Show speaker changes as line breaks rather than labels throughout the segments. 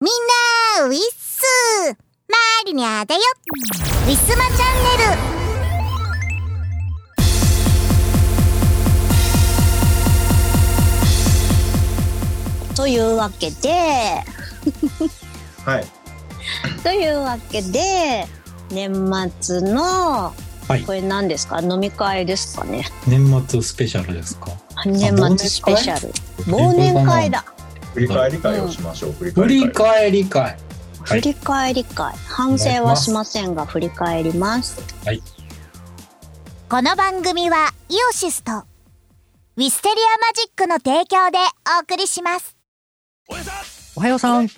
みんなウィッスマリニャだよウィスマチャンネル
というわけで
はい。
というわけで年末の
はい
こ。れ何ですか飲み会ですかね
年末スペシャルですか
年末スペシャル忘年会だ
振り返り会をしましょう。振り
振
返り
り
会。
返り
振
会はい
り返り会反省はしませんが振り返ります
この番組はイオシスとウィステリアマジックの提供でお送りします
おはようさん気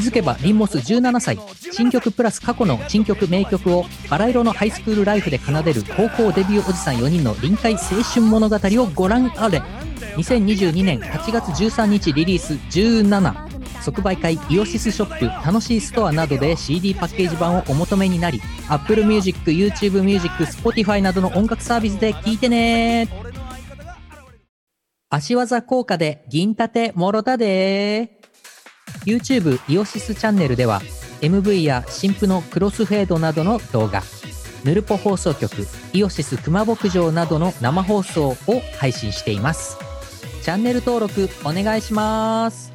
づけばリンモス17歳新曲プラス過去の新曲名曲をバラ色のハイスクールライフで奏でる高校デビューおじさん4人の臨海青春物語をご覧あれ2022年8月13日リリース17即売会イオシスショップ楽しいストアなどで CD パッケージ版をお求めになり Apple Music、YouTube Music、Spotify などの音楽サービスで聴いてね足技効果で銀盾もろたで YouTube イオシスチャンネルでは MV や新婦のクロスフェードなどの動画ヌルポ放送局イオシス熊牧場などの生放送を配信していますチャンネル登録お願いします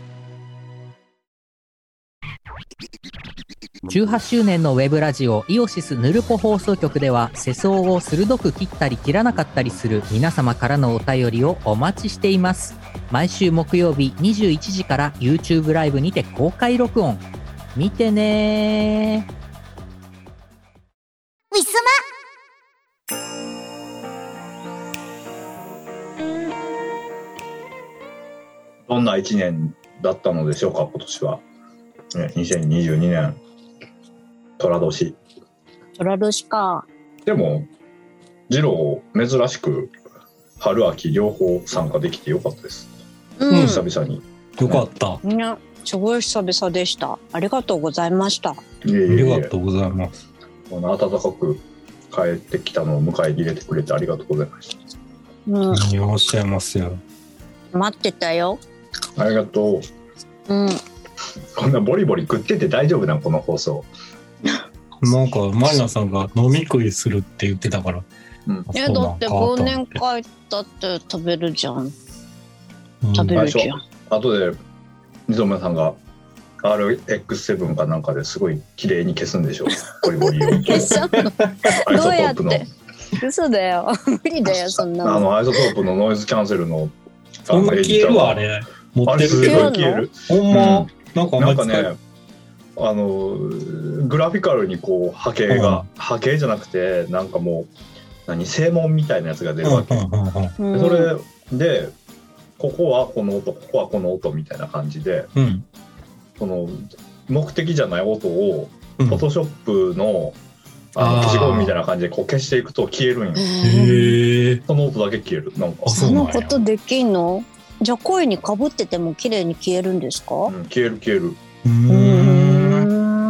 18周年のウェブラジオイオシスヌルポ放送局では世相を鋭く切ったり切らなかったりする皆様からのお便りをお待ちしています毎週木曜日21時から YouTube ライブにて公開録音見てねー
ウィス
どんな一年だったのでしょうか、今年は。ね、2022年、虎年。
トラルシカ
でも、ジロー、珍しく、春秋両方参加できてよかったです。
う
うん
ん、
久々に。
よかった
ねすごい久々でしたありがとうございました
い
あ
えい
り
えい
が
え
とうございます
この暖かく帰ってきたのを迎え入れてくれてありがとうございまし
うん
いらっしゃいますよ
待ってたよ
た。ありがとう。
うん
こんなボリボリ食ってて大丈夫なんこの放送。
なんかマリナさんが飲み食いするって言ってたから
うん
あ
え
そう
だ
なん
って
かと思
忘年会だって食べるじゃん
うん
食べるじゃん、
あとで溝村さんが RX7 かなんかですごい綺麗に消すんでしょう。ボリボリを。
消しちゃうの
アイソトープ
どう
の
やって嘘だよ 無理だよそんなの
あのアイソトープのノイズキャンセルの
そんな消えるわあ
エディ
れ持
ター
っ
あ
て
れすごい
る
消える。
ほん
うん
まなんか
な
あん
ん
ま
か
り使え
ね、あのグラフィカルにこう波形が、波形じゃなくてなんかもう何正門みたいなやつが出
う
る
ん
わけ。
うんうん
う
うん
ん
でそれでここはこの音、ここはこの音みたいな感じで、
うん
その目的じゃない音を
うん
フォトショップのあの
あー
消しゴムみたいな感じでこう消していくと消えるんよ。
へえ
へえ
その音だけ消える。なんか
あそ
そう
なん
の
や
ことできんのじゃあ声にかぶってても綺麗に消えるんですか
うん消える消える。
う
う
ー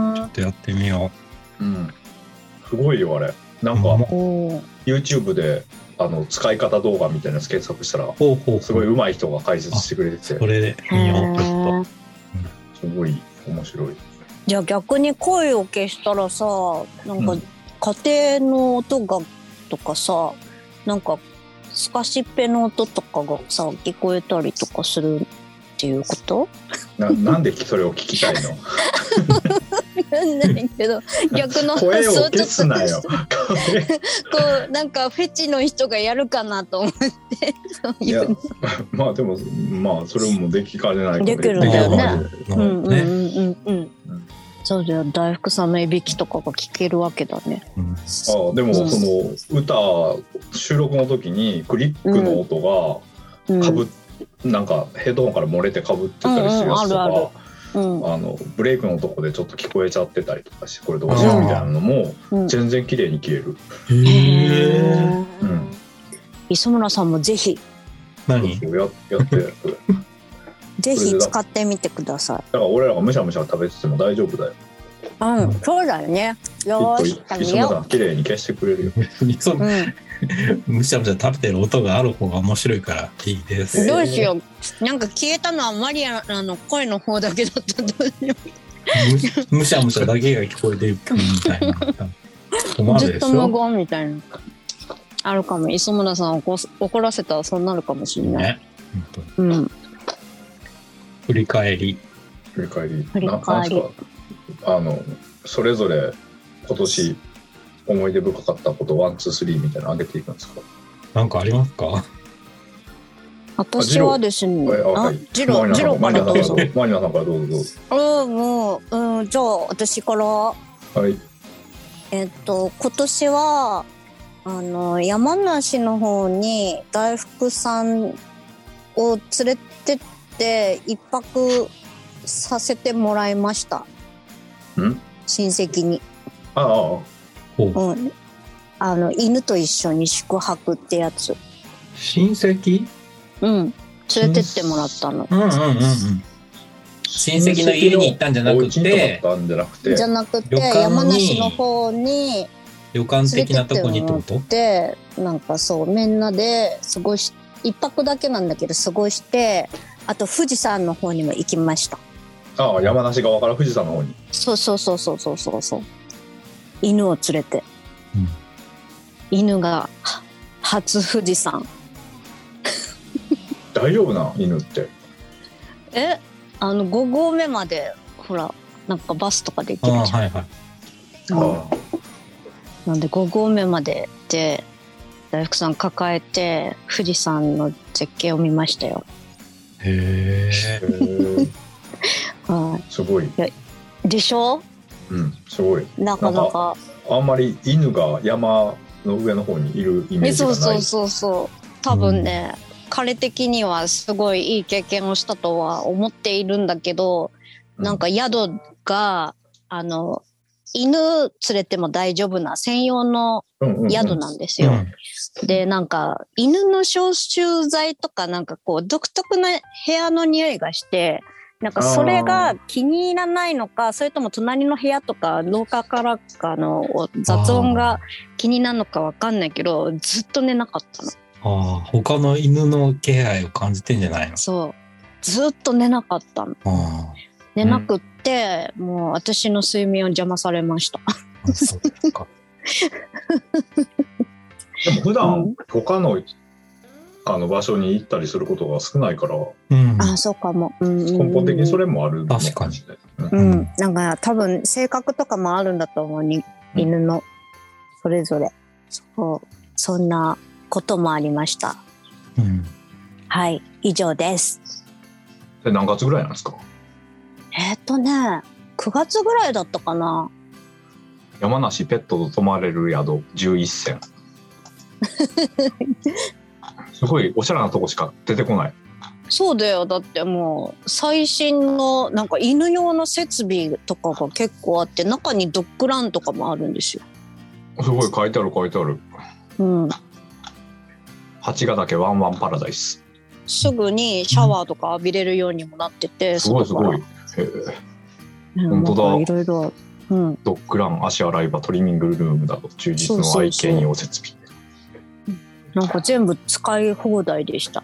んち
ー
ょっ
ん
とやってみよ
うん。すごいよあれ。な
うん
か
ほ
おー
YouTube であの使い方動画みたいなやつ検索したら
うほう
すごい
こ
上手い人が解説してくれてて
れで見ようちょっ
へ
と
え
すごい面白い。
じゃあ逆に声を消したらさなん
う
か家庭の音がとかさなんかスカシッペの音とかがさ聞こえたりとかするっていうこと
ななんでそれを聞きたいの
わかんないけ ど逆の
声を
発想
消 すなよ。
こうなんかフェチの人がやるかなと思ってそう
い
い
や
う、
まあでもまあそれもできかねない
できるん
だよね
でき
う
るか
うん
うん
ん
うん
ね
うんうん
うん
そうだよ大福さんのいびきとかが聞けるわけだね
うん
ああでもその歌収録の時にクリックの音
う
が
ん
かぶっ、なんかヘッドホンから漏れてかぶってたりするやつ
うん
とか、
うんあるうん
あのブレイクのとこでちょっと聞こえちゃってたりとかしてこれどうしようみたいなのも
うん
全然綺麗に消える、
へえ
うん
磯村さんもぜひ
何
そうややってる だか
ぜひ使ってみてくださ
ら俺らがむしゃむしゃ食べてても大丈夫だよ
い。うん、そうだよね。よー
き
し
っ、と
食べ
石野さ
よ。
ん綺麗に消してくれるよ
そうの
うん。
むしゃむしゃ食べてる音がある方が面白いからいいです。
どうしよう。なんか消えたのはマリアの声の方だけだったと
むむしゃむしゃだけが聞こえてるみたいな。困る
ずっ
でし
と無
ょ。
言みたいな。あるかも。磯村さんを怒す怒らせたらそうなるかもしれない。
ね。本当に
うん。
振り返り。
振り返り
振り返り
ななんすかあのそれぞれ今年思い出深かったことワンツースリーみたいなの上げていくんですか
なんかありますか。
私はですね
あ、は
あ
い、
ジロー、ジロー
マ
か
リ
ら
ナさ
ど
ん
う
マリナ
ぞ
さ。んマリナさんからどうぞどうぞ
うん、もう、うん、じゃあ私から、
はい
えっと、今年は、あの、山梨の方に大福さんを連れてって一泊させてもらいました。
ん
親戚に。
ああ
こ
うん。あの、犬と一緒に宿泊ってやつ。
う親戚。
うん。連れてってもらったの。
うんうんうんうん。親戚の家に行ったんじゃな
お
く
家に泊
て、
まったんじゃなくて
じゃなくて、
旅館に
山梨の方に、
旅館的なとこにってこと。
で、なんかそう、みんなで過ごし、一泊だけなんだけど過ごして、あと富士山の方にも行きました。
ああ山梨側から富士山の方に
そうそうそうそうそうそうそう。犬を連れて。
うん
犬が、は初富士山。
大丈夫な犬って
えあの、5合目まで、ほら、なんかバスとかで行
あ
けるじゃん
あ、はいはい。
ああ
なんで5合目までで大福さん抱えて富士山の絶景を見ましたよ。
へ
へえ
は
すごい
い、でしょ
うんすごい
なかなか。
あんまり犬が山の上の方にいるイメー
え
ジが
そ
ないう
そうそうそう多分ね、彼的にはすごいいい経験をしたとは思っているんだけど、
うん
なんか宿があの犬連れても大丈夫な専用の
うんうんうん
宿なんです
え。
よ。
うん
で、なんか、犬の消臭剤とか、なんかこう、独特な部屋の匂いがして、なんかそれ
あ
が気に入らないのか、それとも隣の部屋とか、廊下からかのお雑音が気になるのかわかんないけど、ずっと寝なかったの。
ああ、他の犬の気配を感じてんじゃないの。
そう。ずっと寝なかったの。
あ
寝なくって、もう私の睡眠を邪魔されました。
あ、そうで すか。
でも普
う
段
ん
他のあの場所に行ったりすることが少ないから
うん。
あ、そうかも。うんうんうん
根本的にそれもあるの
確かに
しれないうん
うん、なんか多分性格とかもあるんだと思うに
うん
犬のそれぞれそうそんなこともありました
うん。
はい以上です
で何月ぐらいなんですか
えーっ、とね9月ぐらいだったかな
山梨ペットと泊まれる宿11選 すごいおしゃれなとこしか出てこない
そうだよだってもう最新のなんか犬用の設備とかが結構あって中にドッグランとかもあるんですよ
すごい書いてある書いてある
うん
八ヶ岳ワンワンパラダイス
すぐにシャワーとか浴びれるようにもなってて
すごいすごい、へえ
だ
本当だ
いろいろうん
ドッグラン足洗い場トリミングルームなど充実の愛犬用設備
なんか全部使い放題でした。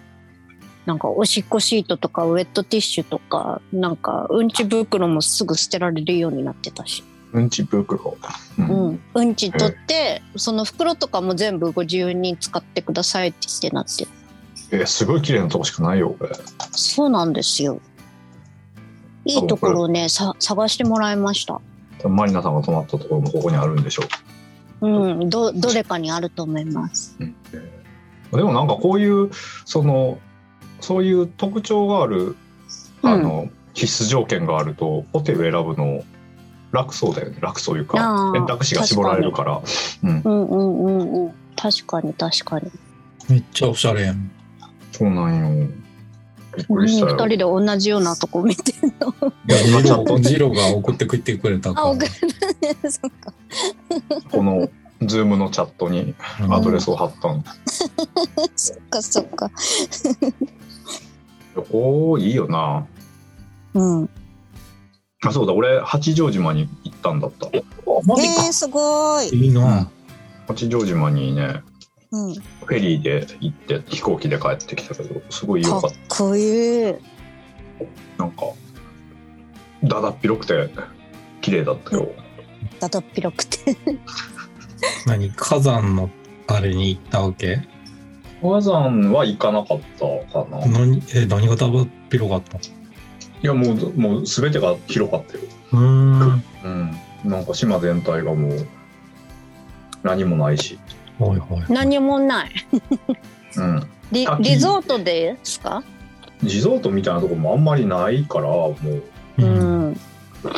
なんかおしっこシートとかウェットティッシュとか、なんかうんち袋もすぐ捨てられるようになってたし。
うんち袋、うん
うん。うんち取って、その袋とかも全部ご自由に使ってくださいってなって。
えーすごい綺麗なとこしかないよ俺
そうなんですよ。いいところをね、さ探してもらいました。
多分マリナさんが泊まったところもここにあるんでしょ
うん。ど、どれかにあると思います。
うでもなんかこういうそのそういう特徴がある
うん
あの、必須条件があるとホテル選ぶの楽そうだよね楽そういう
あ
か
ー
選択肢が絞られるからうん
うんうんうんうん。確かに確かに。
めっちゃおしゃれやん。
そうなんよびっくり
何
し
二
た
人
よ
で同じようなとこ見てんの。
いや、ジ
ちゃ
ロ
んと
ージローが送ってきてくれたから。
あ、送れない。 そっか。
このズームのチャットに
うん
アドレスを貼ったの、
そっかそっか。
旅行いいよな
うん。
あそうだ俺八丈島に行ったったんだった
マジか
ねえ、すごい。
いいな。
八丈島にね
うん。か
フェリーで行って飛行機で帰ってきたけどすごい良かっ
っこいい。
たなんかだだっ広くて綺麗だったよ
だとっぴろくて。
何火山のあれに行ったわけ
火山は行かなかったかな、い
何え何がだば広かった
やもうもう全てが広かったよ
うーん。
うんなんか島全体がもう何もないし、
おいおい。
何もない。
うん、
リ
滝
リゾートですか
リゾートみたいなとこもあんまりないからもう
う。
うんん。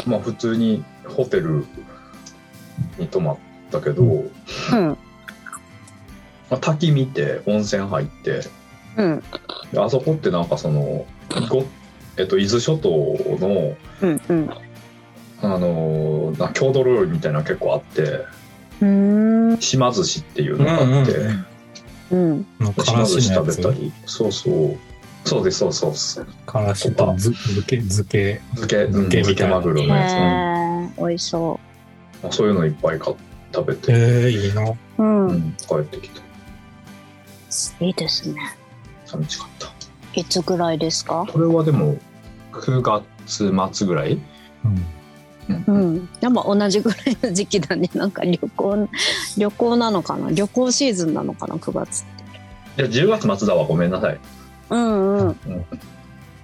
まあ普通にホテルに泊まったけど、
うん。
まあ、滝見て温泉入って
うん。
であそこってなんかそのご、えっと、伊豆諸島の、
うん。うん。
あのーな郷土料理みたいなの結構あって
うーん。
島寿司っていうのがあって、
うんうんうん
うん。
のか
島
ら
寿司
し
食
のや
べ
つ
た。りそうそうそうですそうそうそう
からしとず漬け、漬け。
漬けうん
漬けみ
漬
た
け
いな
マグロ
へ
のやつ、うん
え、美味しそ
まあ、そういうのいっぱい買って食べて、
えー、いいな。
う。う。
うんん、帰ってきて
いいですね。
寂しかった
いつぐらいですか
これはでも9月末ぐらい、
うん。
うん。でも同じぐらいの時期だね。 なんか旅行、旅行なのかな旅行シーズンなのかな ?9 月って。
いや10月末だわごめんなさい
うんうん。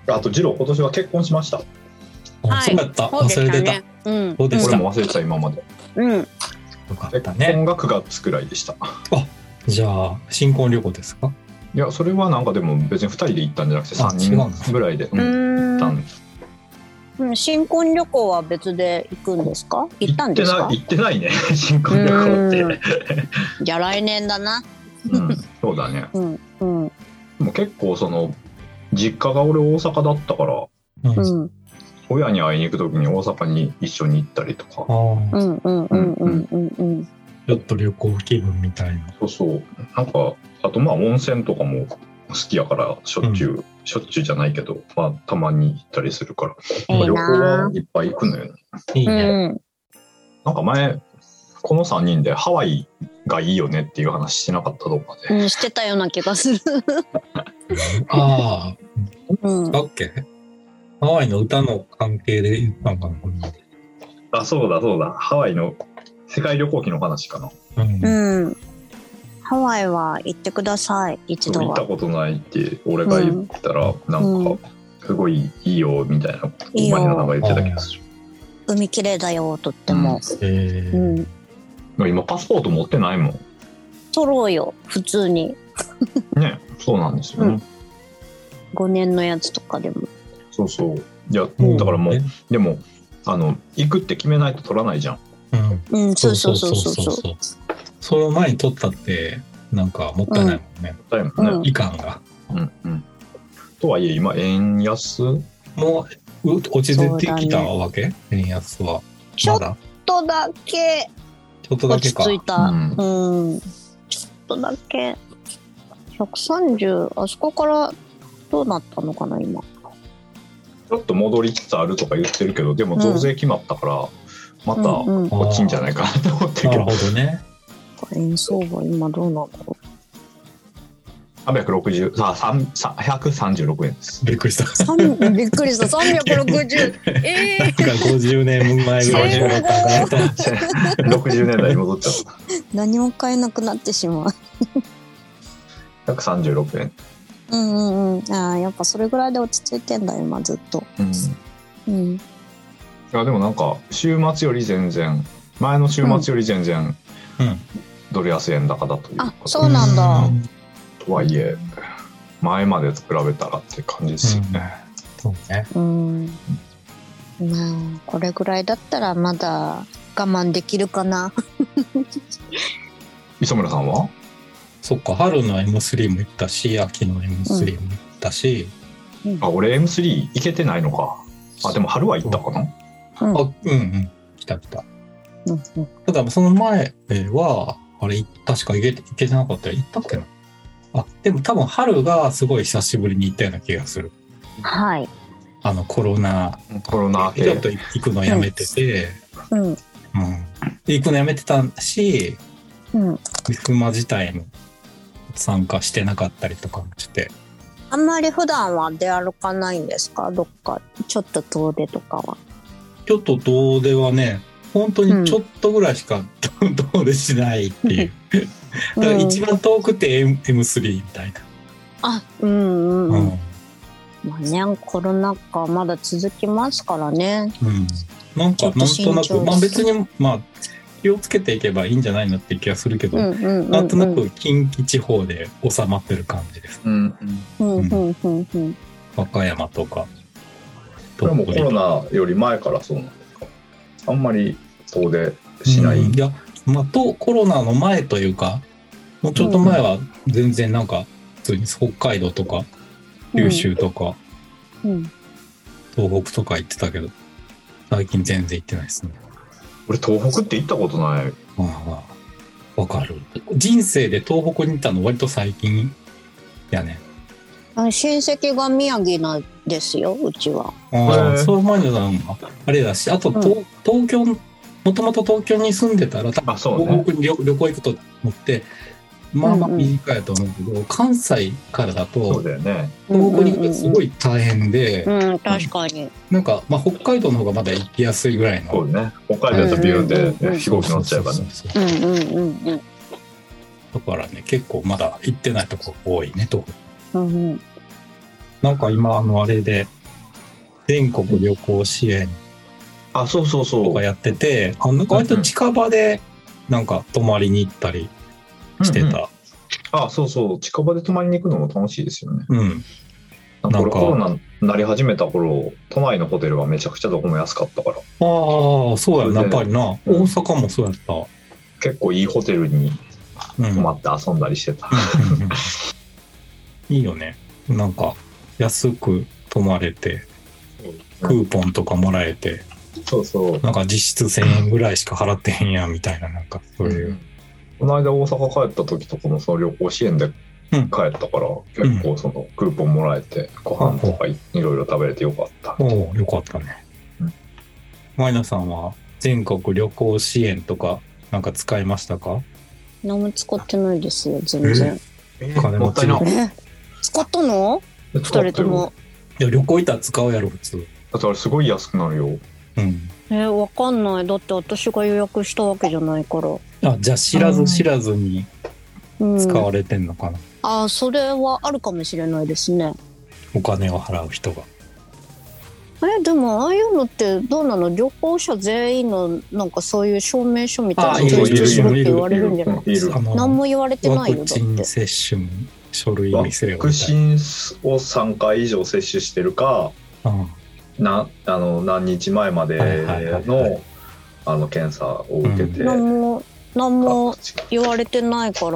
あと次郎今年は結婚しましたこ
あ
はい
そうやった。忘れてた。よ。
うん。
そうでし
れ
た
も忘れてた今まで
うん。
かった
結婚
ね。
が9月くらいでした
じゃあ、新婚旅行ですか
いやそれはなんかでも別に2人で行ったんじゃなくて
あ
3
違うんだ
人ぐらいで、う
うん
行った
ん。
ん
うん新婚旅行は別で行くんですか行ったんですか
行ってない行ってないね 新婚旅行って、
じゃあ来年だな。
うん、そうだね
うん。うん。
でも結構その実家が俺大阪だったから
うん。あ
うん。
親に会いに行く時に大阪に一緒に行ったりとか
あ、
うんうんうんうんうんうん。
ちょっと旅行気分みたいな。
そうそうなんかあとまあ温泉とかも好きやからしょっちゅう、しょっちゅうじゃないけど、まあ、たまに行ったりするから、
いい
旅行は
ない
っぱい行くのよね
いい
ぁ。
ね。
うん。
なんか前この3人でハワイがいいよねっていう話してなかったとかで、
うん、してたような気がする。
あ
うん
あ、。だっけハワイの歌の関係で言ったんかな、これ
あそうだそうだハワイの世界旅行記の話かな
うん。
うん。ハワイは行ってください、一度
行った
は。
ことないって俺が言ったら、なんかすごいいいよみたいなこと
いいよ
マリナさんが言ってた気がする
海綺麗だよ、とっても。
え
う
ー
ん。
今パスポート持ってないもん
取ろうよ、普通に。
ねそうなんですよね、
うん5年のやつとかでも。
そうそういや
うん
だからもう、でもあの行くって決めないと取らないじゃん
うん。
うん、そうそうそうそうそう。
そう。その前に撮ったって、なんかもったいないもんね。
だよね、
うん
いかんが。
うんうんとはいえ今円安
もう、う落ち着いてきた
そうだね
わけ円安は。
ちょ
ま
っ
だ。
とだけ
ちょっとだ
落
け
ち
か。
着いた。
うん
うん。ちょっとだけ。130、あそこからどうなったのかな、今。
ちょっと戻りつつあるとか言ってるけどでも増税決まったから、また
うんうん、こ
落ちんじゃないかなと思ってる
な
け
る
ど
ほどね。
れ円相場今どうなんだろ
360さあ三さ136円です
びっくりした。
う。三びっくりした、360。ええ
なんか50年前ぐらいに思ったんかな と思って。
60年代に戻っちゃっ
何も買えなくなってしまう。
た136円、
うんうんうん。ああ、やっぱそれぐらいで落ち着いてんだ、今ずっと。
うん、い
うん。
やでもなんか週末より全然前の週末より全然
うん
ドル安円高だという
あ、
こと、
そうなんだ。
う
とはいえ前までと比べたらって感じですよね、
そうね。
うん。まあ、これぐらいだったらまだ我慢できるかな。
磯村さんは
そっか、春の M3 も行ったし、秋の M3 も行ったし、
あ俺 M3 行けてないのかあでも春は行ったかな
うん
あ、うんうん、来た来た。
うんうん
ただ、その前は、あれ、確か行けて行けてなかったよ。行ったっけなあ、でも多分春がすごい久しぶりに行ったような気がする。
はい。
あの、コロナ、
コロナ明
ちょっ
け
と行くのやめてて、
うん。
で行くのやめてたし、
うん。
ビクマ自体も参加してなかったりとかもして、
あんまり普段は出歩かないんですかどっか、ちょっと遠出とかは。
ちょっとどうではね、本当にちょっとぐらいしかどうでしないっていう。だから一番遠くて M- M3 みたいな。
あ、うんうん
う
うん。
ん
まあね、コロナ禍まだ続きますからね。
うんなん
ちょ
か
っ
な
と
んと
慎重
な
です
く、まあ別に、まあ気をつけていけばいいんじゃないのって気がするけど、
うんうんうん、うん。
なんとなく近畿地方で収まってる感じです。
うん
うんうんうんうん。
和歌山とか。
これはもうコロナより前からそうなんですかあんまり遠出しない、
うんいや、まあ、とコロナの前というかもうちょっと前は全然なんか普通に北海道とか九州とか
うん。
東北とか行ってたけど最近全然行ってないですね。
俺東北って行ったことない
まあまあわかる。人生で東北に行ったの割と最近やね。
あ親戚が宮城なんですよ、うちは。
あ
へ
あ
え
そう前のなんかあれだしあと、
うん
東東京もともと東京に住んでたら多分
あそうね
東北に旅旅行行くと思ってまあまあ
うんうん
短いと思うけど、関西からだ
そ
と
うだよね
東北に行くとすご
い。
い大変で、
うん、確かに。
なんか、まあ、北海道の方がまだ行きやすいぐらいの。
そうだね北海道だとビューンでね、
うんうんうん
飛行機乗っちゃえばね
そうそう
う
そうん
うんうん
そうだからね結構まだ行ってないとこ多いねと
うん。うんうん。
なんか今あのあれで全国旅行支援
あそうそうそ
と
う
かやっててあなんか割と近場でなんか泊まりに行ったりして
うんうん
た。
あそうそう近場で泊まりに行くのも楽しいですよね
うん、
なんか俺
なんか
コロナになり始めた頃都内のホテルはめちゃくちゃどこも安かったから
ああそうやなやっぱりな、大阪もそうやった。
結構いいホテルに
うん
泊まって遊んだりしてた、
いいよね。なんか、安く泊まれて、クーポンとかもらえて、
そうそう
なんか実質1000円ぐらいしか払ってへんやんみたいな、なんかそういう。
この間大阪帰った時とかもその旅行支援で帰ったから、結構そのクーポンもらえてご飯とかいいろいろ食べれてよかった、
おお、よかったね
うん。
マイナさんは全国旅行支援とか、なんか使いましたか
何も使ってないですよ、全然。
え
ー金持ちの
もったい
え使ったの
な
二
い
人とも。
いや、旅行行ったら使うやろ、普通。
だってあれすごい安くなるよ
うん。
えー、わかんない。だって私が予約したわけじゃないから。
あ、じゃあ知ら
う
ず
ん
知らずに
うん、
使われてんのかな。
ああ、それはあるかもしれないですね。
お金を払う人が。
え、でも、ああいうのってどうなの旅行者全員の、なんかそういう証明書みたいな
あ
の提出しろって
いるいるいる
言われるんじゃない
いる
あの
何も言われて
ワ
ないよ、だっ
クチ
て。
ン接種の書類
ワ
見せよ
クチンを3回以上接種してるか
うん
なあの何日前まで
はいはいはいはい
のあの検査を受けて、
何も、何も
ワクチ
言われてないから、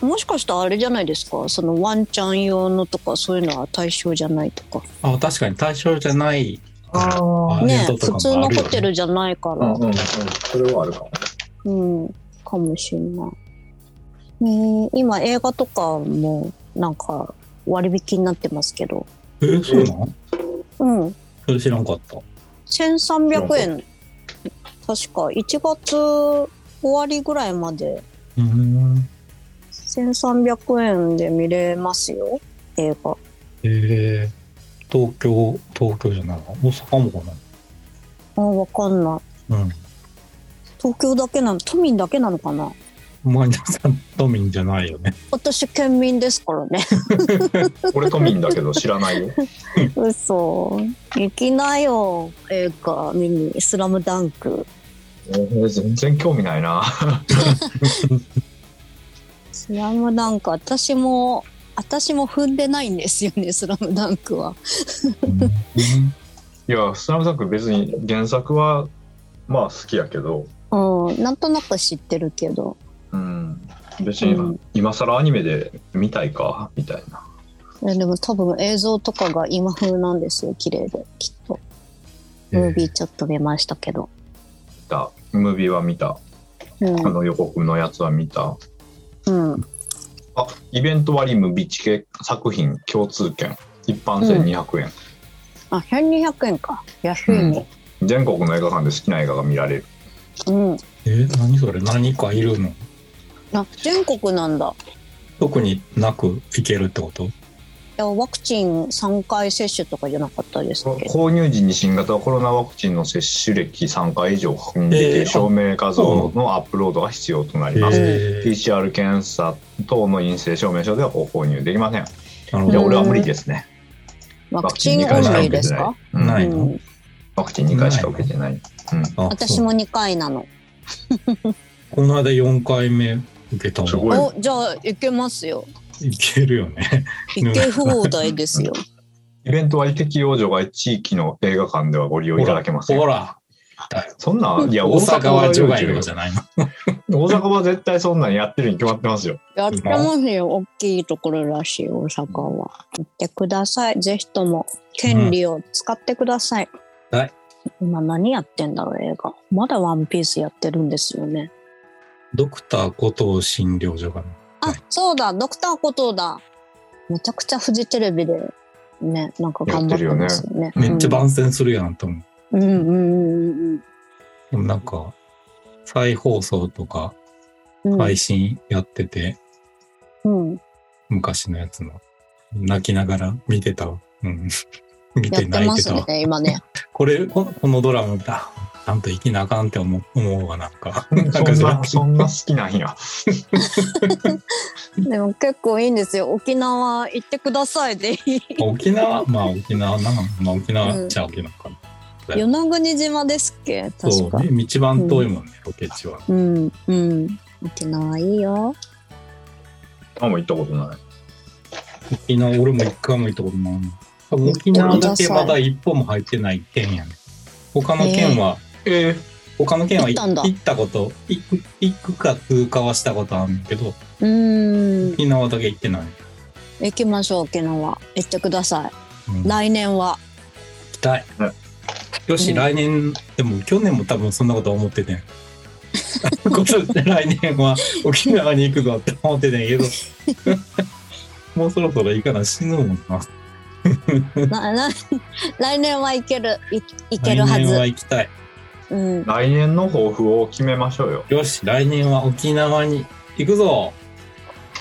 もしかしたらあれじゃないですかそのワンちゃん用のとか、そういうのは対象じゃないとか。
あ確かに対象じゃない
あー
あ
ね
ネットと
普
かも
通の
あるよね
ホテルじゃないか
うん
ら
う。んうん、それはあるかも
うん、かもしんない。ねえ今映画とかもなんか割引になってますけど、
えーそうなん
うん、
それ知らんかった
1300円。確か1月終わりぐらいまで
うん
1300円で見れますよ、映画。
えー、東京東京じゃないの大阪もか
あ、わかんない。
なうん
東京だけなの、都民だけなのかな
マイナさん都民じゃないよね
私県民ですからね。
俺都民だけど知らないよ
嘘。行きなよ、映画見に、スラムダンク。
えー全然興味ないな
スラムダンク、私も、私も踏んでないんですよね、スラムダンクは。
うん
いや「スラムダンク別に原作はまあ好きやけど、
うん、なんとなく知ってるけど。
うん、別
う
に
ん
今更アニメで見たいかみたいな
えでも多分映像とかが今風なんですよ、綺麗で、きっと。ムービーちょっと見ましたけど。
見たムービーは見たあの予告のやつは見た
うん、うん。
あイベント割ムビチケ作品共通券一般1200円、
あ、1200円か。安いね。
全国の映画館で好きな映画が見られる
うん。
え、何それ何かいるの
あ、全国なんだ。い
特になくいけるってこと
や、ワクチン3回接種とかじゃなかったですけど。
購入時に新型コロナワクチンの接種歴3回以上確認でき
え
る
ー
証明画像のアップロードが必要となります。
えー
PCR 検査等の陰性証明書ではご購入できません。い
なるほ
や、
ど
俺は無理ですね。
ワ
ワ
ク
クチ
チ
ン
ン
2
オ
回し
ン
か
リーで
受けて
す
ない
か。
うん
ないの
うん。
ワクチン2回しか受けてない。
あ
私
そう
も2回なの。
この間4回目受けた
す
も
ごい。
お、じゃあ、いけますよ。
いけるよね。
いけ放題ですよ。
イベント割適用所が地域の映画館ではご利用いただけます。
ほら、
そんな、いや、
大
大
阪
阪
は
は
除
除外
外とか
よ
じゃないの。
大阪は絶対そんなんやってるに決まってますよ。
やってますよ。大きいところらしい、大阪は。行ってください。ぜひとも、権利を使ってください。
はい
今何やってんだろう、映画。まだワンピースやってるんですよね。
ドクター後藤診療所がね
あ、そうだ、ドクターコトーだ。めちゃくちゃフジテレビで、ね、なんか頑張ってますよね。
やってるよね
めっちゃ番宣するやんと思
う
う。
んうんうん
でもなんか、再放送とか
うんうん。
配信やってて、
うん。
昔のやつの。泣きながら見てたわ。うん。 見
やってて
泣い
ま
て
す
たわ。
ね、今ね。
これ、ここのドラマだ。ちゃんと生きなあかんって思う思うわ、なんか。
そん
なんか知らん
な、そんな好きなんや。
でも結構いいんですよ。沖縄行ってくださいで。
沖縄まあ沖縄な。まあ沖縄っちゃ沖縄かな。
与那国島ですっけ
そ
確
う
か。
ね。道番遠いもんね、ロケ地は。
うんうん。沖縄いいよ。
あんま行ったことない。
沖縄、俺も一回も行ったことない。多分沖縄だけまだ一歩も入ってない県やね。他の県は、
ええ
他の県は
行ったんだ
行ったこと、行く行くか通過はしたことあるけど、
うん。
沖縄だけ行ってない。
行きましょう、沖縄。行ってくださ
うん
い。来年 は。
行きたい
うん。
よし、
うん
来年、でも去年も多分そんなこと思っててん。今年来年は沖縄に行くぞって思っててんけ ど、もうそろそろいいかな、死ぬもんな。
なな来年は行ける。い行け
来
るは
年は
ず。
行きたい。
うん。
来年の抱負を決めましょうよ。
よし、来年は沖縄に行くぞ。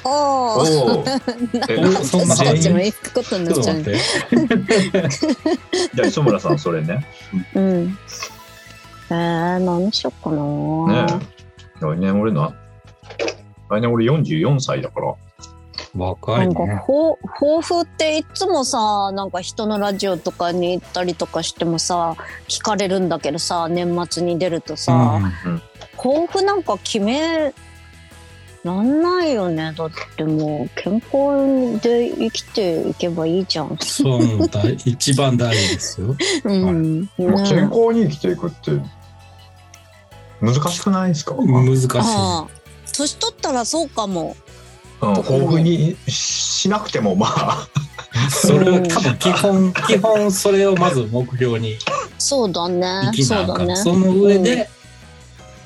おお。
おお。 え
おそんな
私たちも行くことに
ちょ
な
っと
っちゃ
待
う
っ。て。
じゃあ、磯村さん、それね。
うん。えー、何しよっか
ね
な、
え来年俺な。来年俺44歳だから。
若
な
い
んか
ね。
抱抱負っていつもさなんか人のラジオとかに行ったりとかしてもさ聞かれるんだけどさ年末に出るとさ、抱負なんか決めらんないよねだってもう健康で生きていけばいいじゃん。
そう、もう大一番大事ですよ。
うんね
まあ健康に生きていくって、難しくないですか、うん、
難しい。
ああ年取ったらそうかも。
豊富にしなくても、まあ、
それは多分基本、基本それをまず目標に
そうだ
生
ね。
き
そ
な
う
あ
だ
かん
ね。
その上で、
うん
っ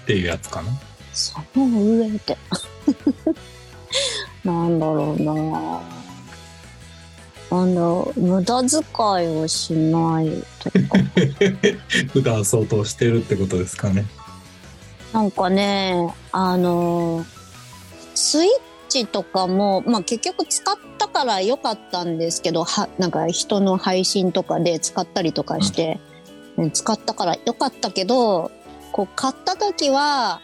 ていうやつかな。
その上で。 なんだろうなあの、無駄遣いをしないとか。
普段相当してるってことですかね。
なんかね、あの、スイッチとかも、まあ結局使ったから良かったんですけど、は、なんか人の配信とかで使ったりとかして、ね使ったから良かったけど、こう買った時は、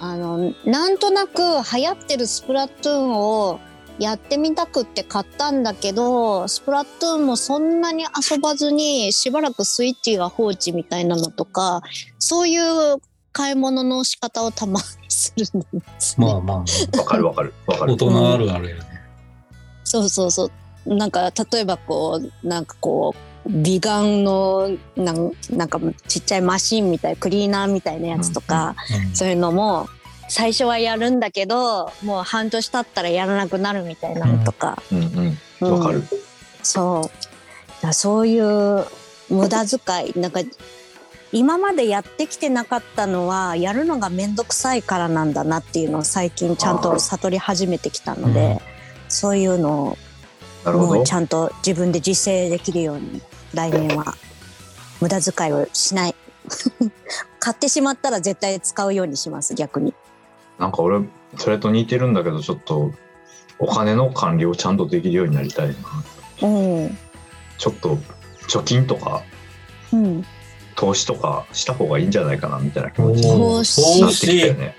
あの、なんとなく流行ってるスプラトゥーンをやってみたくって買ったんだけど、スプラトゥーンもそんなに遊ばずにしばらくスイッチが放置みたいなのとか、そういう買い物の仕方をたまにするんですね。
まあまあ、
わかるわかる。わか
大
る。
人あるあるやね。
そうそうそう。なんか例えばこうなんかこう美顔のなんなんかちっちゃいマシンみたいクリーナーみたいなやつとか、そういうのも最初はやるんだけどもう半年経ったらやらなくなるみたいなのとか。
うんう。
うんん
わかる。
そう。だからそういう無駄遣い。なんか、今までやってきてなかったのは、やるのがめんどくさいからなんだなっていうのを最近ちゃんと悟り始めてきたの
う
で
ん、
そういうの
な
を
る
も
ほ
う
ど
ち。ゃんと自分で自制できるように、来年は無駄遣いをしない。 買ってしまったら絶対使うようにします逆に
なんか俺それと似てるんだけどちょっとお金の管理をちゃんとできるようになりたい
う
な
ん
ちょっと貯金とか
うん
投資とかした方がいいんじゃないかなみたいな気持ちに
投資
なってきたよね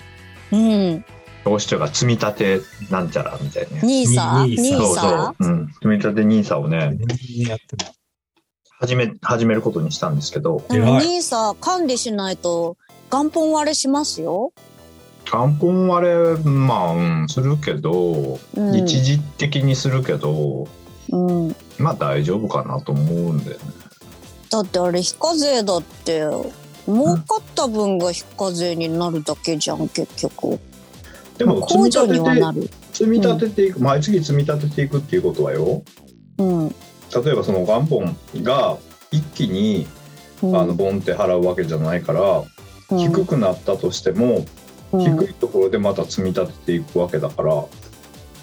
うん
投資というか積み立てなんちゃらみたいなね
ニーサ
ニ
ニ
ーサ
ー
そう
サ
そう、うん、積み立て NISA をね
やってます
始め始めることにしたんですけど
で
偉い
もニーサ管理しないと元本割れしますよ、
元本割れまあ、うん、するけど
うん
一時的にするけど、
うん、
まあ大丈夫かなと思うんで、ね、
だってあれ非課税だって儲かった分が非課税になるだけじゃん結局
でも積み
控除
立
に
て
は
て
なる
積み立てていく、毎月積み立てていくっていうことはよ
うん、うん、
例えばその元本が一気にあのボンって払うわけじゃないから、
うん
低くなったとしても、
うん
低いところでまた積み立てていくわけだから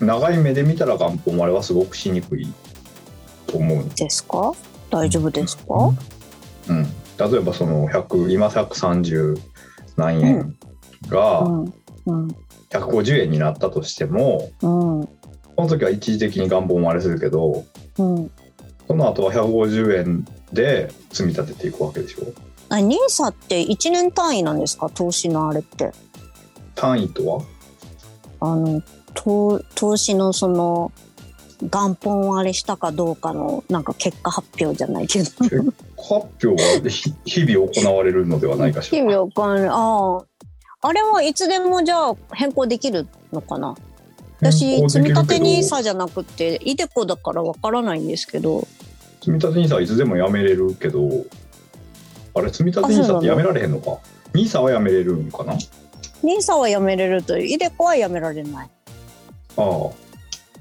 長い目で見たら元本割れはすごくしにくいと思う、
ですか大丈夫ですか、
うん、例えばその100今130何円
う
が
んうん
150円になったとしても
うん
その時は一時的に元本割れするけど
うん
その後は150円で積み立てていくわけでしょ
あ NISA って1年単位なんですか投資のあれって
単位とは
あの投投資のその元本あれしたかどうかのなんか結果発表じゃないけど
発表はひ日々行われるのではないかし
意
ら
味わかんないあああれはいつでもじゃあ変更できるのかな
変更
私
でき
積
る
み
けど
立て NISA じゃなくてイデコだからわからないんですけど
積み立て NISA はいつでもやめれるけどあれ積み立て NISA ってやめられへんのか NISA はやめれるんかなあ
NISA はやめれるとイデコはやめられない
あ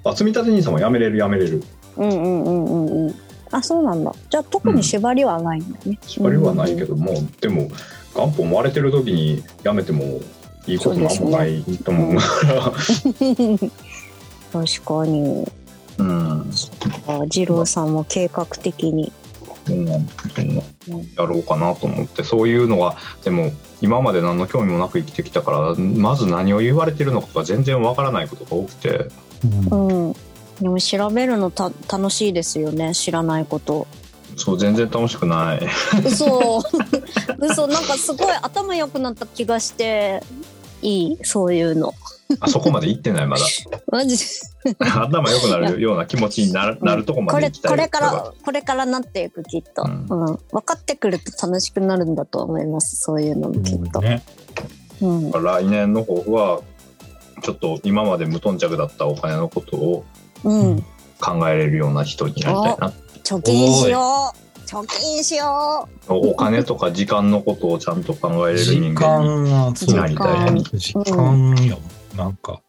あ積み立て NISA もやめれるやめれる
うんうんうんうんうんあそうなんだじゃあ特に縛りはないんだね、
あれはないけども、でも元本割れてる時にやめてもいいことなんもないと思うから
確かに
うん
あ二郎さんも計画的に
うんやろうかなと思ってそういうのがでも今まで何の興味もなく生きてきたからまず何を言われてるのかが全然わからないことが多くて
うんでも調べるのた楽しいですよね知らないこと
そう全然楽しくない
嘘 嘘なんかすごい頭良くなった気がしていいそういうの
あそこまで行ってないまだ
マジ
頭良くなるような気持ちになるなるとこま
こ
で
れ
行きたい
これか
だから
これからなっていくきっと、
う
うんん分かってくると楽しくなるんだと思いますそういうのもきっと、
ね
うん
ら来年の抱負はちょっと今まで無頓着だったお金のことを
うん、
考えれるような人になりたいな
貯金しよう貯金しよ
お金とか時間のことをちゃんと考えれる
時
人間に
間はそう
なりたい
時間よ、なんか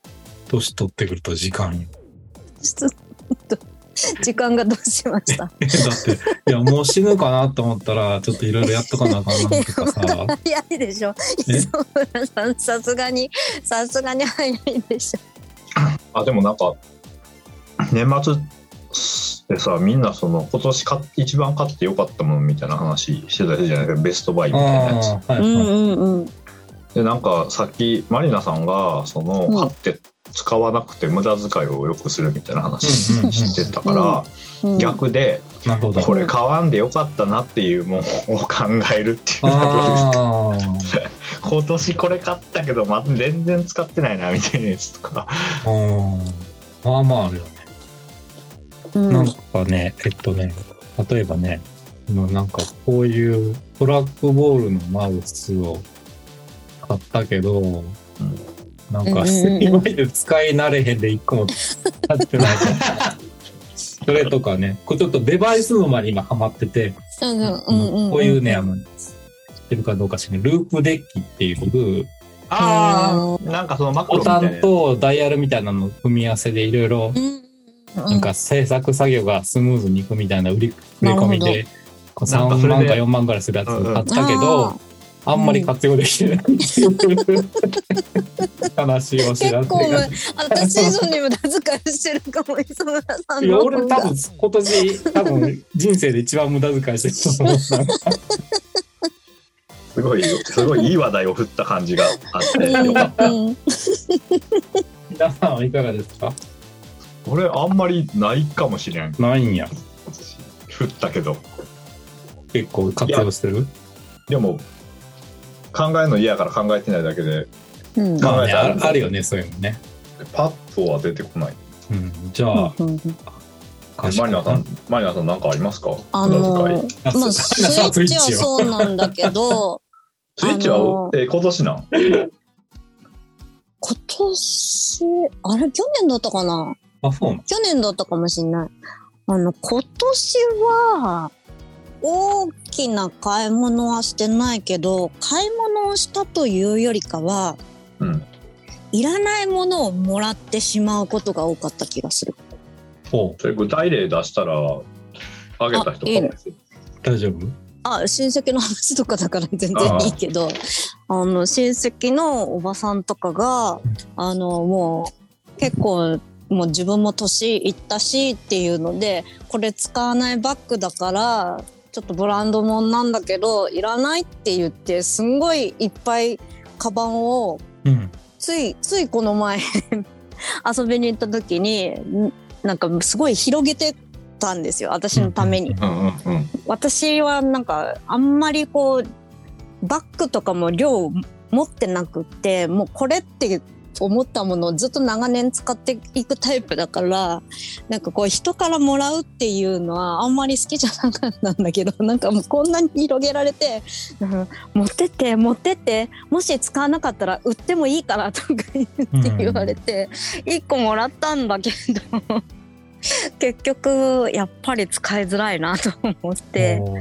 年取ってくると時間 よ
うちょっと時間がどうしました
だっていやもう死ぬかなと思ったらちょっといろいろやっとかなあかんなとかさ
早いでしょ
え
磯村さんさすがにさすがに早いでしょ
あでもなんか年末でさみんなその今年買っ一番買ってよかったものみたいな話してたじゃないですかベストバイみたいなやつ
ああは
う
いは
ん
い、
うんうん
でなんかさっきマリナさんがその
うん
買って使わなくて無駄遣いを良くするみたいな話
うんうんうん
してたから、
うん
逆で
なるほど
これ買わんでよかったなっていうものを考えるっていうのが
あ
今年これ買ったけど、ま、全然使ってないなみたいなやつとか
あうんまあまああるよね
うん
なんかね、えっとね、例えばね、もうなんかこういうトラックボールのマウスを買ったけど、なん
うんうん
か
うん
今まで使い慣れへんで一個も使って ない。それとかね、こうちょっとデバイス沼に今ハマってて、
うんうんうんうん
こういうね、あの、知ってるかどうかしらない、ループデッキっていう、
あーなんかそのマクロ
ボ
みた
タ
いな
ンとダイヤルみたいなのを組み合わせでいろいろ
うん
なんか制作作業がスムーズにいくみたいな売り売り込み
な
で、こう
なんか
3
それ
万
で
か4万ぐらいするやつ買ったけ
あ
ど、あんまり活用でき てないっていう悲しいお知
結
らせ
構 む
が。
私以上に無駄遣いしてるかも磯村さん
いや
の方が
俺多分今年多分人生で一番無駄遣いしてると思う
すご いよ、すごいいい話題を振った感じがあって、よかった。
うん
皆さんはいかがですか
俺、あんまりないかもしれん。
ないんや。
振ったけど。
結構活用してる
でも、考えるの嫌やから考えてないだけで、
うん
まあね、
考えた
あ
ら
あるよね、そういうのね。
パッとは出てこない。
うん、じゃあ、
うん
マリナさん、マリナさんなんかありますか
あ
無
の
駄遣い
ーまあスイッチはそうなんだけ ど
スイッチは、
あの
え、今年なん
今年あれ去年だったかな
あ、そうなの
去年だったかもしれないあの今年は大きな買い物はしてないけど買い物をしたというよりかは
うん。
いらないものをもらってしまうことが多かった気がする
ほ
それ具体例出したら、あげた人
あいいね
かもしれん
う、大丈夫
あ親戚の話とかだから全然いいけどあの親戚のおばさんとかがあのもう結構もう自分も年いったしっていうのでこれ使わないバッグだからちょっとブランド物なんだけどいらないって言ってすんごいいっぱいカバンを
うん。
ついついこの前 遊びに行った時にんなんかすごい広げてたんですよ私のために。
うんうんうん。
私はなんかあんまりこうバッグとかも量持ってなくってもうこれって思ったものをずっと長年使っていくタイプだからなんかこう人からもらうっていうのはあんまり好きじゃなかったんだけど なんかもうこんなに広げられて「うん持ってって持ってってもし使わなかったら売ってもいいから」とか言って
うん
言われて1個もらったんだけど結局やっぱり使いづらいなと思って。
ほう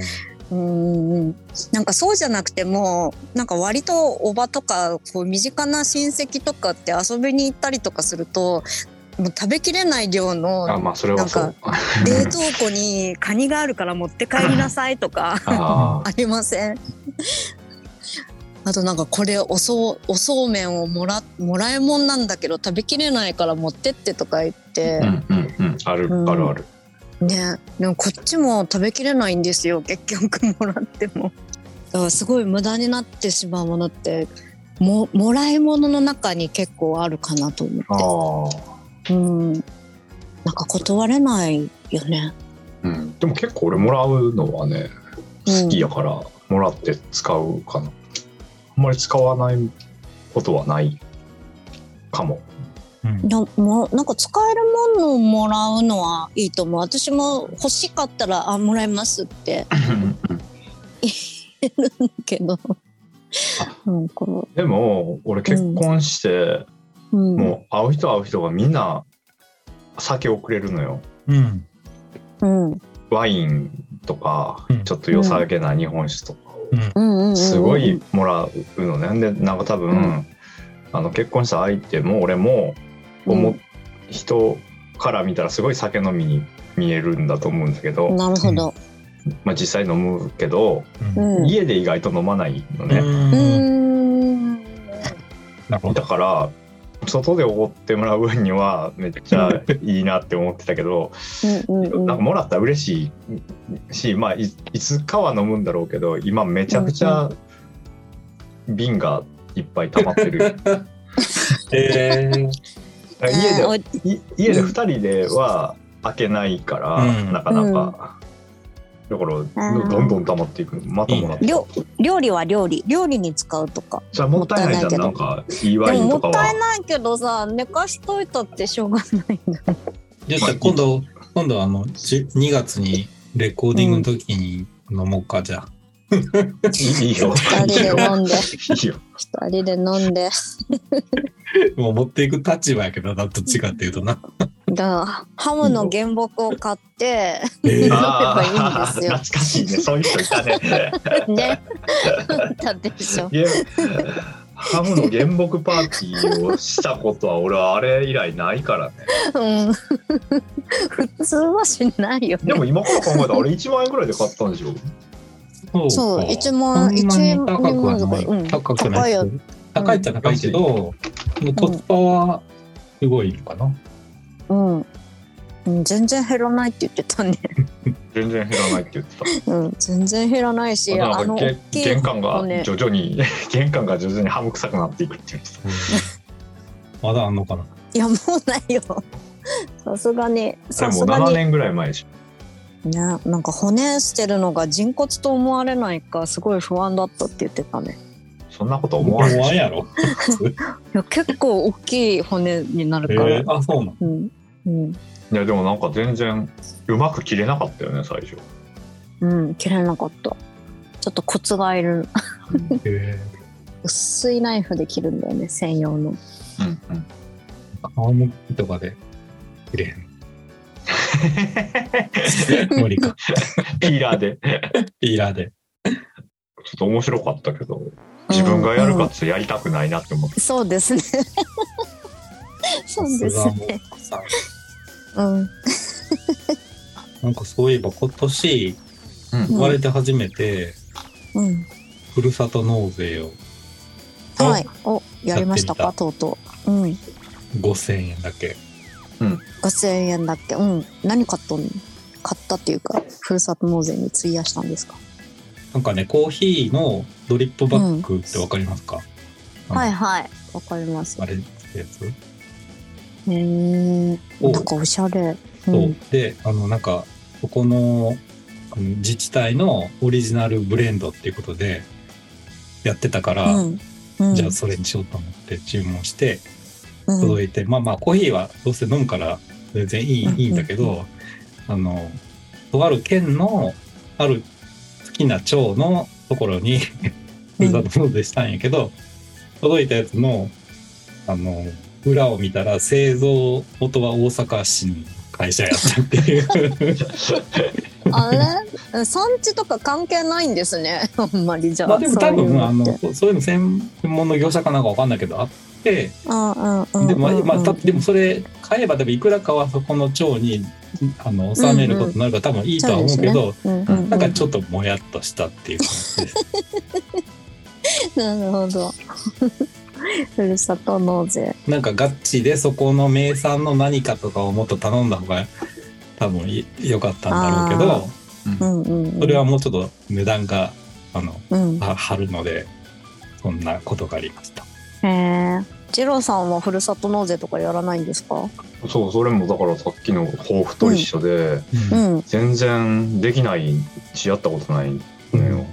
うんうんうんなんかそうじゃなくてもなんか割とおばとかこう身近な親戚とかって遊びに行ったりとかするともう食べきれない量の
あ、まあ、それはそ
なん
う。
冷凍庫にカニがあるから持って帰りなさいとか
あ
ありません あとなんかこれおそうおそうめんをもらもらいもんなんだけど食べきれないから持ってってとか言って
あ。う、んうんうん。ある、
うん
あるある。
ねでもこっちも食べきれないんですよ結局もらってもだからすごい無駄になってしまうものってももらい物の中に結構あるかなと思
あ
っ
あ。
てうんなんか断れないよね
うん。でも結構俺もらうのはね、好きやから、もらって使うかな。あんまり使わないことはないかも。
うん
なもうなんか使えるものをもらうのはいいと思う私も欲しかったらあもらいますって言うけどなんか
でも、俺結婚して、
うん
もう会う人会う人がみんな酒をくれるのよ。
うん。
うんうん
ワインとか
うん、
ちょっと良さげな日本酒とか
うんうん
すごいもらうのね。でなんか多分、
うん
あの結婚した相手も俺も思っ、人から見たらすごい酒飲みに見えるんだと思うんだけど、
なるほど
まあ、実際飲むけど、
うん
うん
家で意外と飲まないの
う
ね。
ん。
ん。
なるほ
だ
ど。
から外でおごってもらう分にはめっちゃいいなって思ってたけど、
うんうん
なんかもらったら嬉しいし、まあ、いいつかは飲むんだろうけど今めちゃくちゃ瓶がいっぱい溜まってる
えー
家で
うん
い家で2人では開けないから、
うん
なかなか、だから
うん
どんどん溜まっていくまたもらっ
お
て
料料理は料理料理に使うとか
じゃあもったいないじゃん
もっ
な
たいない
んかいいワ
で
イ
も
ン
も
と
っ
か
たい
は
ないけどさ寝かしといたってしょうがないんだ
じゃあじゃあ今度、今度あの、じ2月にレコーディングの時に飲もうか、じゃあ。
いいよ
二
いい
人
よ
で飲んで
いいよ
二人で飲んで
もう持っていく立場やけどな、どっちかっていうとな。
だからハムの原木を買って
えー
あ
飲めばいいんですよ
ー懐かしいねそういう人いたね
ねたでしょ
いやハムの原木パーティーをしたことは俺はあれ以来ないからね
うん普通はしないよ
で
ね
も今から考えたらあれ1万円ぐらいで買ったんでしょ
そ
そう
か
一
そ
万
ん
一
なに
円
高くはない。
うん
高くない
よ
です。高いっちゃ高いけど、コスパはすごいかな。
うんうん全然減らないって言ってたね。
全然減らないって言ってた
うん、全然減らないし、
な
あ
んか
の
げ
大きい
玄関が
ね
徐々に 玄関が徐々にハム臭くなっていくって言ってた
まだあんのかない
やもうないよ。さすがに
そ
さ
れも
す
う
が
7
にね
年ぐらい前でしょ
なんか骨捨てるのが人骨と思われないかすごい不安だったって言ってたね。
そんなこと思
思わ
わ
ん
ないでし
やろ。
いや結構大きい骨にな
え
るから。
ー、あ、そうなの。
うんうん
ょいやでもなんか全然うまく切れなかったよね最初
うん切れなかった。ちょっとコツがいる。
え
薄いナイフで切るんだよね専用の。
うんうん
ー、皮むきとかで切れへん。無理か。
ピーラーで
ピーラーで。
ちょっと面白かったけど自分がやるかつやりたくないなって思って、
そうですね。 そうです
さすが
ね。
もうさ
うん。
なんかそういえば今年
うん
生まれて初めて、
うん。
ふるさと納税を
はい。お、やりました
や
か
っ
とうとう。うん。
5000円だけ
5000円だっけうん。何買ったの買ったっていうか、ふるさと納税に費やしたんですか
なんかねコーヒーのドリップバッグってわかりますか、あの
はいはい。わかります。
あ
へ
れってやつ
え。
を
なんかおしゃれ。う。
そうんであのなんかそこのあの自治体のオリジナルブレンドっていうことでやってたから、
うん。うん
じゃあそれにしようと思って注文して
うん
届いて、まあまあコーヒーはどうせ飲むから全然いい,、
うん
いいんだけどあのとある県のある好きな町のところにふ
う
る
ん
さと納税したんやけど、届いたやつのあの裏を見たら製造元は大阪市の会社やったっていう
あれ産地とか関係ないんですね。 あんまりじゃあ。
まあでも
そ
多
ういう
分あ
のって
のそういうの専門の業者かなんかわかんないけどあって
うんうんうんうん。
でもまあたでもそれ買えば多分いくらかはそこの町にあの納めることになるから多分いいとは思うけど、
うんうんうん
なんかちょっともやっとしたっていう感じです。
なるほど。 ふるさと納税。
なんかガチでそこの名産の何かとかをもっと頼んだ方が多分い良かったんだろうけ
あ
ど
うんうんうん。
それはもうちょっと値段があの
うん。
は張るのでそんなことがありました。
へえ。ジローさんはふるさと納税とかやらないんですか？
そうそれもだからさっきの抱負と一緒で、
うん。
全然できないしやったことないのよ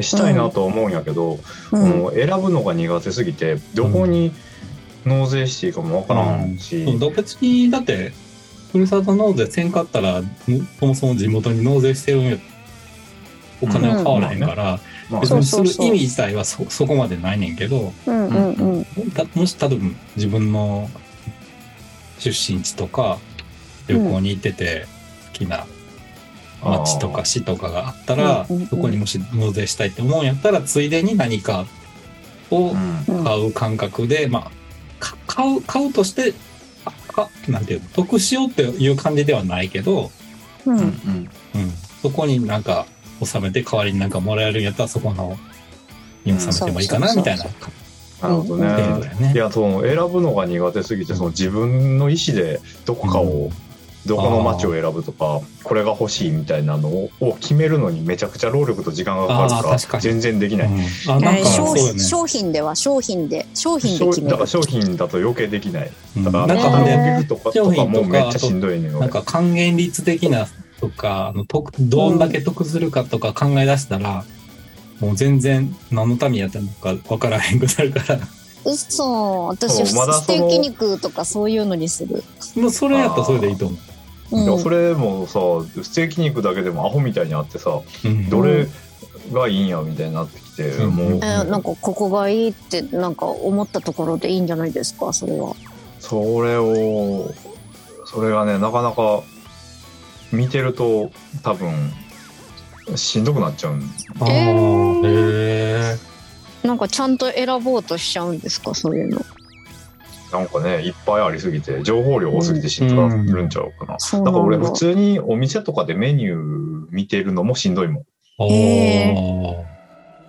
したいなとは思うんやけど、
うん。
この選ぶのが苦手すぎてどこに納税していいかもわからんし、
そうだ別にだってふるさと納税せんかったらんそもそも地元に納税してるんやお金は変わらへんから、
まあ
別
そう
に
そ
す
う
る
そう
意味自体はそそこまでないねんけど
うんうんうん。
たもし例えば自分の出身地とか旅行に行ってて好きな町とか市とかがあったら
うんうんうん
そこにもし納税したいって思うんやったらついでに何かを
うん
うん
買う感覚で、まあ、か買う、買うとして、あかなんていうの、得しようっていう感じではないけど、
う。
うんん
うん、そこになんか納めて代わりになんかもらえるんやったら、そこの、に納めてもいいかな、
うん
みたいな
そう
なるほど
程度
ね
だよね。
いやその選ぶのが苦手すぎてその自分の意思でどこかを、どこの町を選ぶとかこれが欲しいみたいなのをを決めるのにめちゃくちゃ労力と時間がかかる
あ
か
ー確からに
全然できない、
うんあ、なん
えー
か、
商
そうよ
品
ね。
商品では商品で商品で
商
決
品
め
だか
る
ら。商品だと余計できない
うん
だ
な
か
ん
ら
かね、
ねとかとかもうめっちゃしんどいね
なんか還元率的なとか、あの得どんだけ得するかとか考え出したら、もう全然何のためにやったのか分からへんくなるから、
嘘。私
そうまだその
ステーキ肉とかそういうのにする。
もうそれやったらそれでいいと思
う
いや
ん。
それもさステーキ肉だけでもアホみたいにあってさ
う。うん
どれがいいんやみたいになってきて、
うん
もう
えーなんかここがいいってなんか思ったところでいいんじゃないですかそれは。
それをそれがねなかなか見てると多分しんどくなっちゃうん
あー
えー
へ
なんかちゃんと選ぼうとしちゃうんですかそういうの。
なんかねいっぱいありすぎて情報量多すぎてしんどくなるんちゃうかな、
そう
だから俺
なんだ
普通にお店とかでメニュー見てるのもしんどいもん
ー
へ
も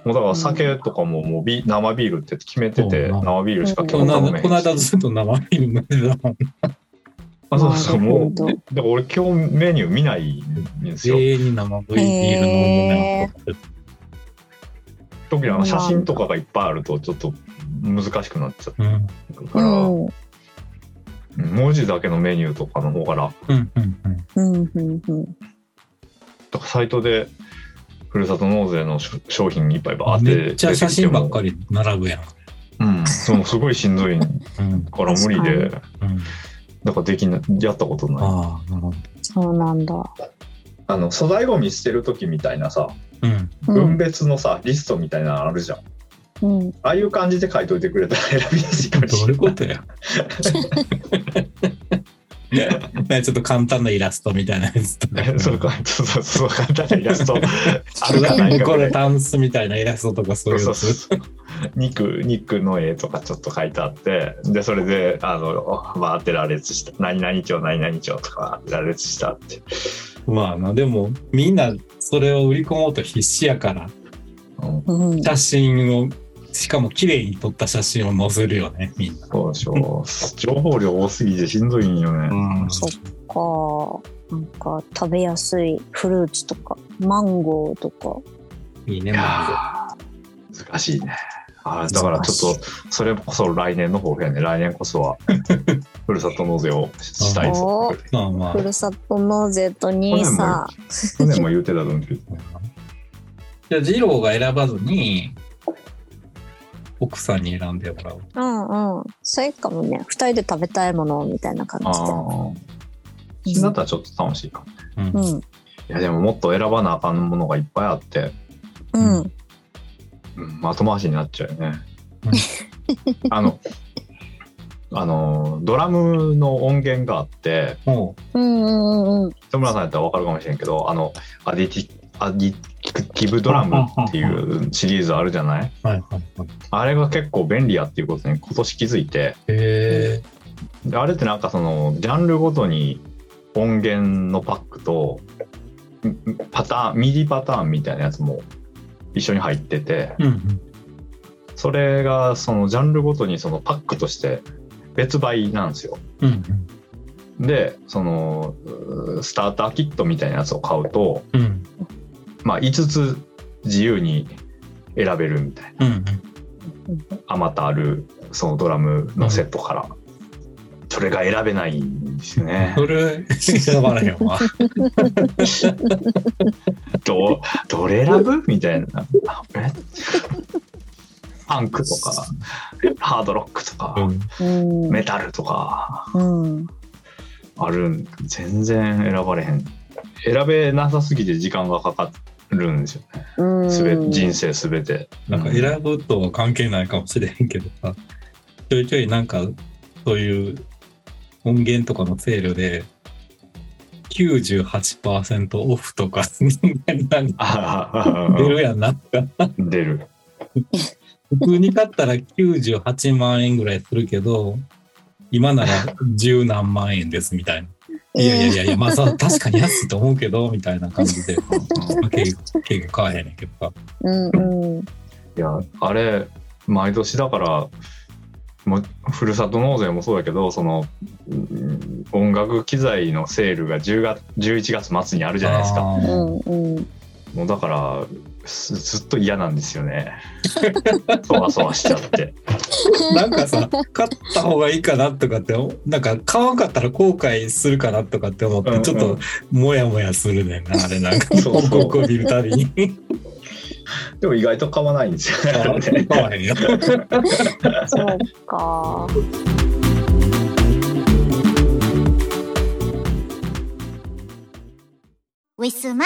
うだから酒とかももうビ生ビールって決めてて、
うん
生ビールしか
今日
頼
な
めへんし
この間ずっと生ビール飲んでたもん。
あそうそう
なるほ
もう
ど
だから俺今日メニュー見ないんですよ、
永遠に生ビール飲むね。
特にあの写真とかがいっぱいあるとちょっと難しくなっちゃ
うん
う
う
から、
ん。
文字だけのメニューとかの方が楽
うんうんうん。
うん。うん。うん。
とかサイトでふるさと納税の商商品いっぱいバーって
めっちゃ写真ばっか
り、
り並ぶやん。
うん、そうすごいしんどいか
うん
ら無理で
うん、
だからできなやったことないあ
ああ、なるほど。
そうなんだ。
の粗大ごみ捨てる時みたいなさ
うん。
うん
分。別のさ、リストみたいなのあるじゃんあ
うん。
あいう感じで書いといてくれたら選びやすいかもし
どうい
れ
う
な
こ
い
とや。ねちょっと簡単なイラストみたいなやつとか。
そうか、そうそうそう、簡単なイラ スト。あるかないか
こ
ぐら
れ
い。
タンスみたいなイラストとかそ
そうう
いう
そ
や
う
つ。
そう。肉、肉の絵とかちょっと書いてあって、で、それで、あの、まあ、当てられつした。何々町、何々町とか当てられつしたって。
まあな、でもみんなそれを売り込もうと必死やから、
うん、
うん。
写真を、しかも綺麗に撮った写真を載せるよね、みんな。
そうでしょう。情報量多すぎてしんどいんよね。
うん
そっか。なんか食べやすいフルーツとか、マンゴーとか。
いいね、
い
ま
やー難しいね。あーだからちょっと、それこそ来年の抱負やね。来年こそ は、ふるさと納税をしたいです。
おー
去
ずまあまあ
ふ。るさと納税とニーサ
年も言うてたと思うけど。
じゃあ、二郎が選ばずに、奥さんに選んでもらう。
うんうん。そうかもね。二人で食べたいものみたいな感
あ
じ
あ。
で。
だったらちょっと楽しいかも。
うん
う。ん。
いやでももっと選ばなあかんものがいっぱいあって、
うん。
うん、後回しになっちゃうよね。あの、あの、ドラムの音源があって、
も、
うんうんうんうん。
田村さんやったらわかるかもしれんけど、あの、アディティ、アディティブドラムっていうシリーズあるじゃないう
はいはいはい。
あれが結構便利やっていうことに今年気づいて、
へえ。
であれってなんかその、ジャンルごとに音源のパックと、んパターン、ミディパターンみたいなやつも一緒に入ってて、
うんうん。
それがそのジャンルごとにそのパックとして別売なんですよ。
うんうん。
でそのうースターターキットみたいなやつを買うと、
うん
まあ、5つ自由に選べるみたい
うん
なあまたあるそのドラムのセットから、それが選べないんですよ ね
それ、選ばれへんわ。
どどれ選ぶみたいなえパンクとかハードロックとか、
うん
うん
メタルとか
うん。
あるん全然選ばれへん選べなさすぎて時間がかかるんですよね
うん。
すべ人生すべて
なんか選ぶとは関係ないかもしれへんけどさ、ちょいちょいなんか、そういう音源とかのセールで、98%オフとか、なんか
ああああ
出るやんな。
出る
普通に買ったら98万円ぐらいするけど、今なら十何万円ですみたいな。いやいやいやいや、まあさ、確かに安いと思うけど、みたいな感じで、結構買わへんねんけどさ。
うんうん。
いやあれ毎年だからもうふるさと納税もそうだけどそのうん音楽機材のセールが10月11月末にあるじゃないですか
あ
う
ー
んうん。
もうだからすずっと嫌なんですよねそわそわしちゃって
なんかさ、買った方がいいかなとかって、なんか買わんかったら後悔するかなとかって思っ
うんう
て、
ん
ちょっともやもやするねんな、あれなんか、
そうそう
広告を見るたびに。
でも意外と買わないんですよ ね
買わへんよ。
そうか。
ウィスマ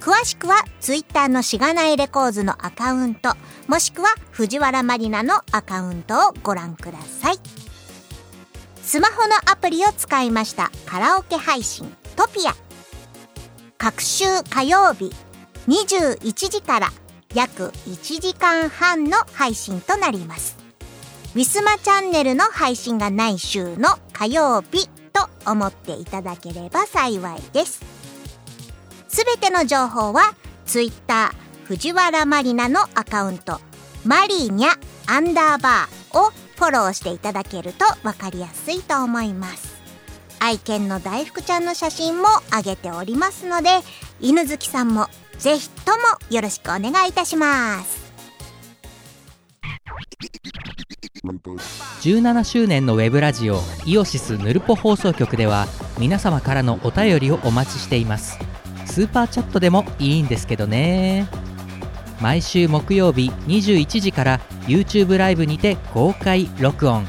詳しくはツイッターのしがないレコーズのアカウントもしくは藤原マリナのアカウントをご覧くださいスマホのアプリを使いましたカラオケ配信トピア各週火曜日21時から約1時間半の配信となります。ウィスマチャンネルの配信がない週の火曜日と思っていただければ幸いです。すべての情報は Twitter 藤原マリナのアカウントマリーニャアンダーバーをフォローしていただけるとわかりやすいと思います。愛犬の大福ちゃんの写真も上げておりますので犬好きさんもぜひともよろしくお願いいたします。
17周年のウェブラジオイオシスヌルポ放送局では皆様からのお便りをお待ちしていますスーパーチャットでもいいんですけどね毎週木曜日21時から YouTube ライブにて公開録音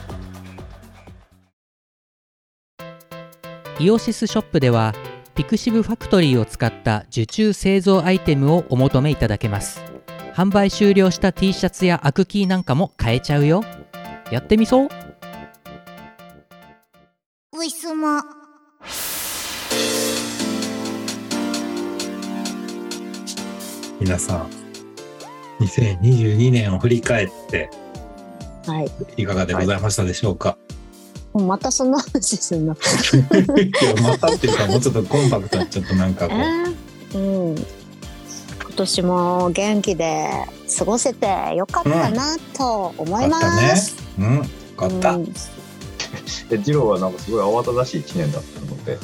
イオシスショップではピクシブファクトリーを使った受注製造アイテムをお求めいただけます販売終了した T シャツやアクキーなんかも買えちゃうよやってみそう
ウィスマ
皆さん、2022年を振り返って
はい。
いかがでございましたでしょうか。
もうまたそんな話するの。
い、やまたっていうか、もうちょっとコンパクトにちょっとなんかこう、
うん。今年も元気で過ごせてよかったなと思います。
うん、よかった。
うん
で次郎はなんかすごい慌ただしい1年だったので、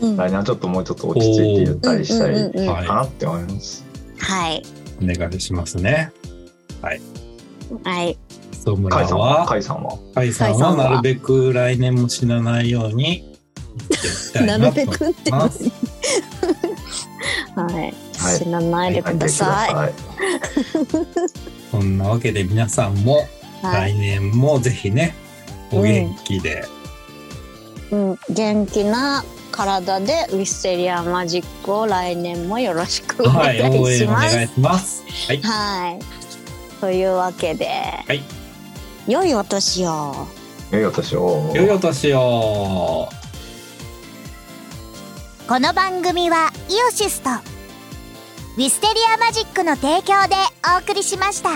うん
来年はちょっともうちょっと落ち着いてゆったりした
うん
い
うんうんうん
かなって思います。
はい。
お願いしますね。
はい。
磯村
カイさんは
は、
カイさんは
カイさん
甲
は
斐さんは
なるべく来年も死なないように生きていきた い
な
と
るべくって
思いま
ますす。はい。死なないでください。
はい
そんなわけで皆さんも
はい
来年もぜひね、お元気で、
うん、元気な体でウィステリアマジックを来年もよろしくお
は
願い
い、応
し
援お
ます。は
願
い
いします。はい、
というわけで、
はい
良いお年を。
良いお年を。
良いお年を。
この番組はイオシスとウィステリアマジックの提供でお送りしました。